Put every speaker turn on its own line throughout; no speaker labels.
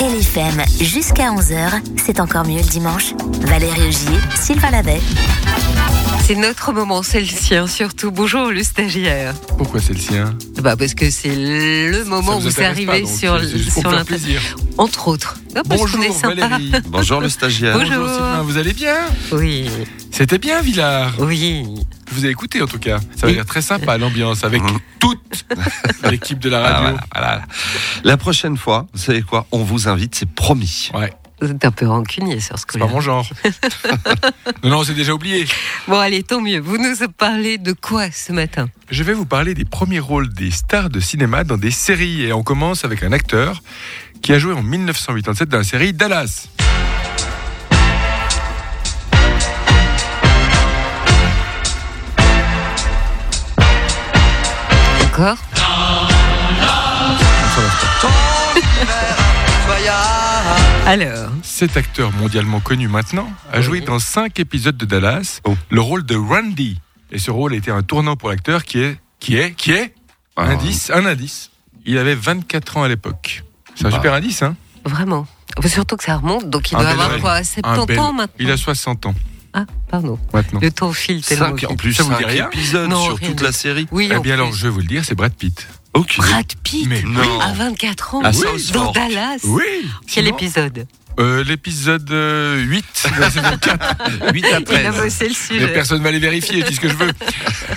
LFM, jusqu'à 11h, c'est encore mieux le dimanche. Valérie Ogier, Sylvain Lavet.
C'est notre moment, c'est le sien surtout. Bonjour le stagiaire.
Pourquoi c'est le sien
Bah parce que c'est le moment où
vous
c'est
intéresse
arrivé
pas, donc
sur,
c'est juste pour
sur
faire
l'inter-
plaisir.
Entre autres. Non, parce
Bonjour
qu'on est sympa.
Valérie.
Bonjour le stagiaire.
Bonjour.
Bonjour Sylvain, vous allez bien
Oui,
C'était bien Villard.
oui.
Je vous ai écouté en tout cas. Ça va
Oui.
être très sympa l'ambiance avec
Mhm.
toute l'équipe de la
Ah,
radio.
voilà, voilà, voilà. La prochaine fois, vous savez quoi On vous invite, c'est promis.
Ouais,
Vous êtes un peu rancunier sur ce
c'est
coup-là.
pas mon genre. non, non, c'est déjà oublié.
Bon allez, tant mieux. Vous nous parlez de quoi ce matin
Je vais vous parler des premiers rôles des stars de cinéma dans des séries. Et on commence avec un acteur qui a joué en 1987 dans la série Dallas.
D'accord Alors,
Cet acteur mondialement connu maintenant a joué
Oui.
dans cinq épisodes de Dallas
Oh.
le rôle de Randy. Et ce rôle a été un tournant pour l'acteur qui est. Qui est Qui est Un
Ah.
indice, un indice. Il avait 24 ans à l'époque. C'est un
Bah.
super indice, hein
vraiment. Surtout que ça remonte, donc il
Un
doit
bel
avoir
âge.
quoi
Un
70
bel-
ans maintenant
Il a 60 ans
Ah, pardon.
maintenant.
Le temps file tellement
Cinq, en
vite.
plus,
Ça vous dit
cinq
rien
épisodes
Non,
sur
rien
toute
du
la série.
Oui,
Eh
en
bien
plus.
alors, je vais vous le dire, c'est Brad Pitt.
Ok.
Brad Pitt
Mais
non.
à 24 ans
Ah, ça, on se
dans
forge.
Dallas.
Oui
Quel
sinon-
épisode
Euh, L'épisode euh, 8 de la saison 4.
8 à
Il a
13.
bossé le
Mais
sujet.
personne ne va les vérifier, je dis ce que je veux.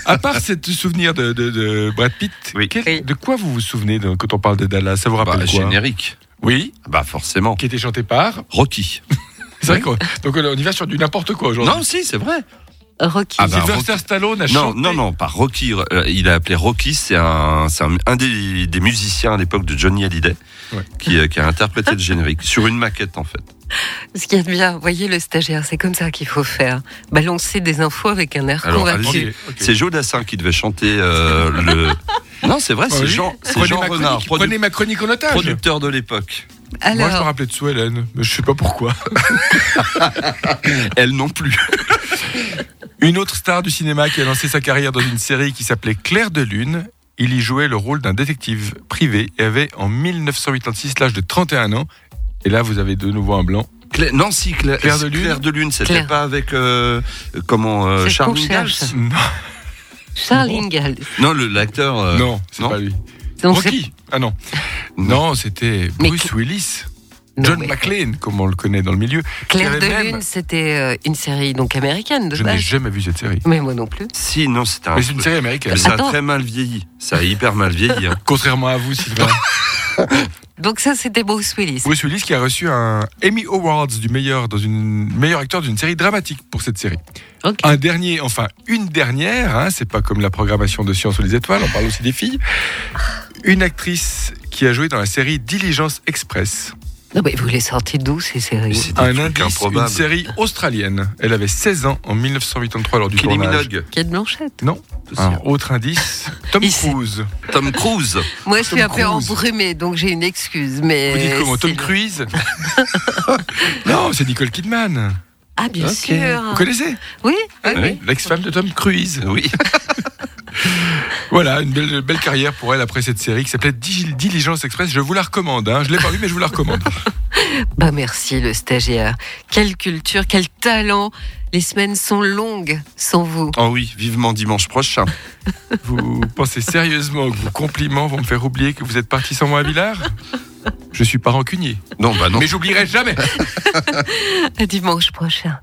À part cette souvenir de, de- de Brad Pitt,
Oui.
quel-
Oui.
de quoi vous vous souvenez de- quand on parle de Dallas Ça vous
Bah,
rappelle quoi
générique.
Oui,
Bah forcément.
qui était chanté par.
Rocky.
C'est vrai qu'on donc on y va sur du n'importe quoi aujourd'hui.
Non, si, c'est vrai.
Rocky.
Ah bah,
Sylvester
Rocky.
Stallone a
Non,
chanté.
non, non, pas Rocky. euh, il a appelé Rocky, c'est un, c'est un, un des, des musiciens à l'époque de Johnny Hallyday
Ouais.
qui, euh, qui a interprété le générique sur une maquette en fait.
Ce qui est bien, voyez le stagiaire, c'est comme ça qu'il faut faire. Balancer des infos avec un air
Alors,
Ok,
convaincu.
ok.
C'est Joe Dassin qui devait chanter euh, le. Non, c'est vrai,
Ah
c'est
oui.
Jean, c'est
Prenez
Jean
ma
Renard,
chronique-
produ-
Prenez ma chronique en otage.
producteur de l'époque.
Moi, je me
Alors,
rappelais de Sue Ellen, mais je sais pas pourquoi.
Elle non plus.
Une autre star du cinéma qui a lancé sa carrière dans une série qui s'appelait Claire de Lune. Il y jouait le rôle d'un détective privé et avait en 1986 l'âge de 31 ans. Et là, vous avez de nouveau un blanc.
Cla- non, si, Cla-
Claire de Lune.
Claire de Lune, c'était
Claire.
pas avec. euh, euh, comment euh,
C'est ce qu'on
Charles
cherche.
Ingalls
Non,
Charles Ingalls.
Non, le- l'acteur. euh,
non c'est
non.
pas lui.
Donc, c'est-
Rocky Ah non. Non, c'était
Mais
Bruce Willis.
non,
John
mais
McClane, comme on le connaît dans le milieu.
Claire
avait
de
même-
Lune, c'était euh, une série donc américaine de
Je n'ai
base.
jamais vu cette série.
Mais moi non plus.
Si, non, c'était un.
Mais c'est une série américaine.
Mais ça a
Attends.
très mal vieilli. Ça a hyper mal vieilli. hein.
Contrairement à vous, Sylvain.
Donc ça, c'était Bruce Willis.
Bruce Willis qui a reçu un Emmy Awards du meilleur, dans une, meilleur acteur d'une série dramatique pour cette série.
Ok.
Un dernier, enfin une dernière, hein, c'est pas comme la programmation de Science ou les Étoiles, on parle aussi des filles. Une actrice qui a joué dans la série Diligence Express.
Non, mais vous les sortez d'où ces
Mais
séries
C'est un
Un indice,
truc
une
improbable.
série australienne. Elle avait 16 ans en 1983 lors du
Kylie
tournage.
Minogue.
Kate Blanchette.
Un autre indice, Tom
Il s'est-
Cruise.
Tom Cruise.
Moi, je suis
Tom
un peu
Cruise.
embrumée, donc j'ai une excuse. Mais
Vous dites comment
c'est
Tom
le-
Cruise Non, c'est Nicole Kidman.
Ah, bien
Ok.
Vous
sûr.
connaissez Ah
Oui, oui,
Ouais.
oui.
L'ex-femme de Tom Cruise.
Oui.
Voilà, une belle, belle carrière pour elle après cette série qui s'appelait Digi- Diligence Express. Je vous la recommande. Hein. Je l'ai pas vue, mais je vous la recommande.
Bah merci le stagiaire. Quelle culture, quel talent. Les semaines sont longues sans vous.
Oh oui, vivement dimanche prochain.
Vous pensez sérieusement que vos compliments vont me faire oublier que vous êtes parti sans moi à Villars Je suis pas rancunier,
Non, bah non.
mais j'oublierai jamais.
À dimanche prochain.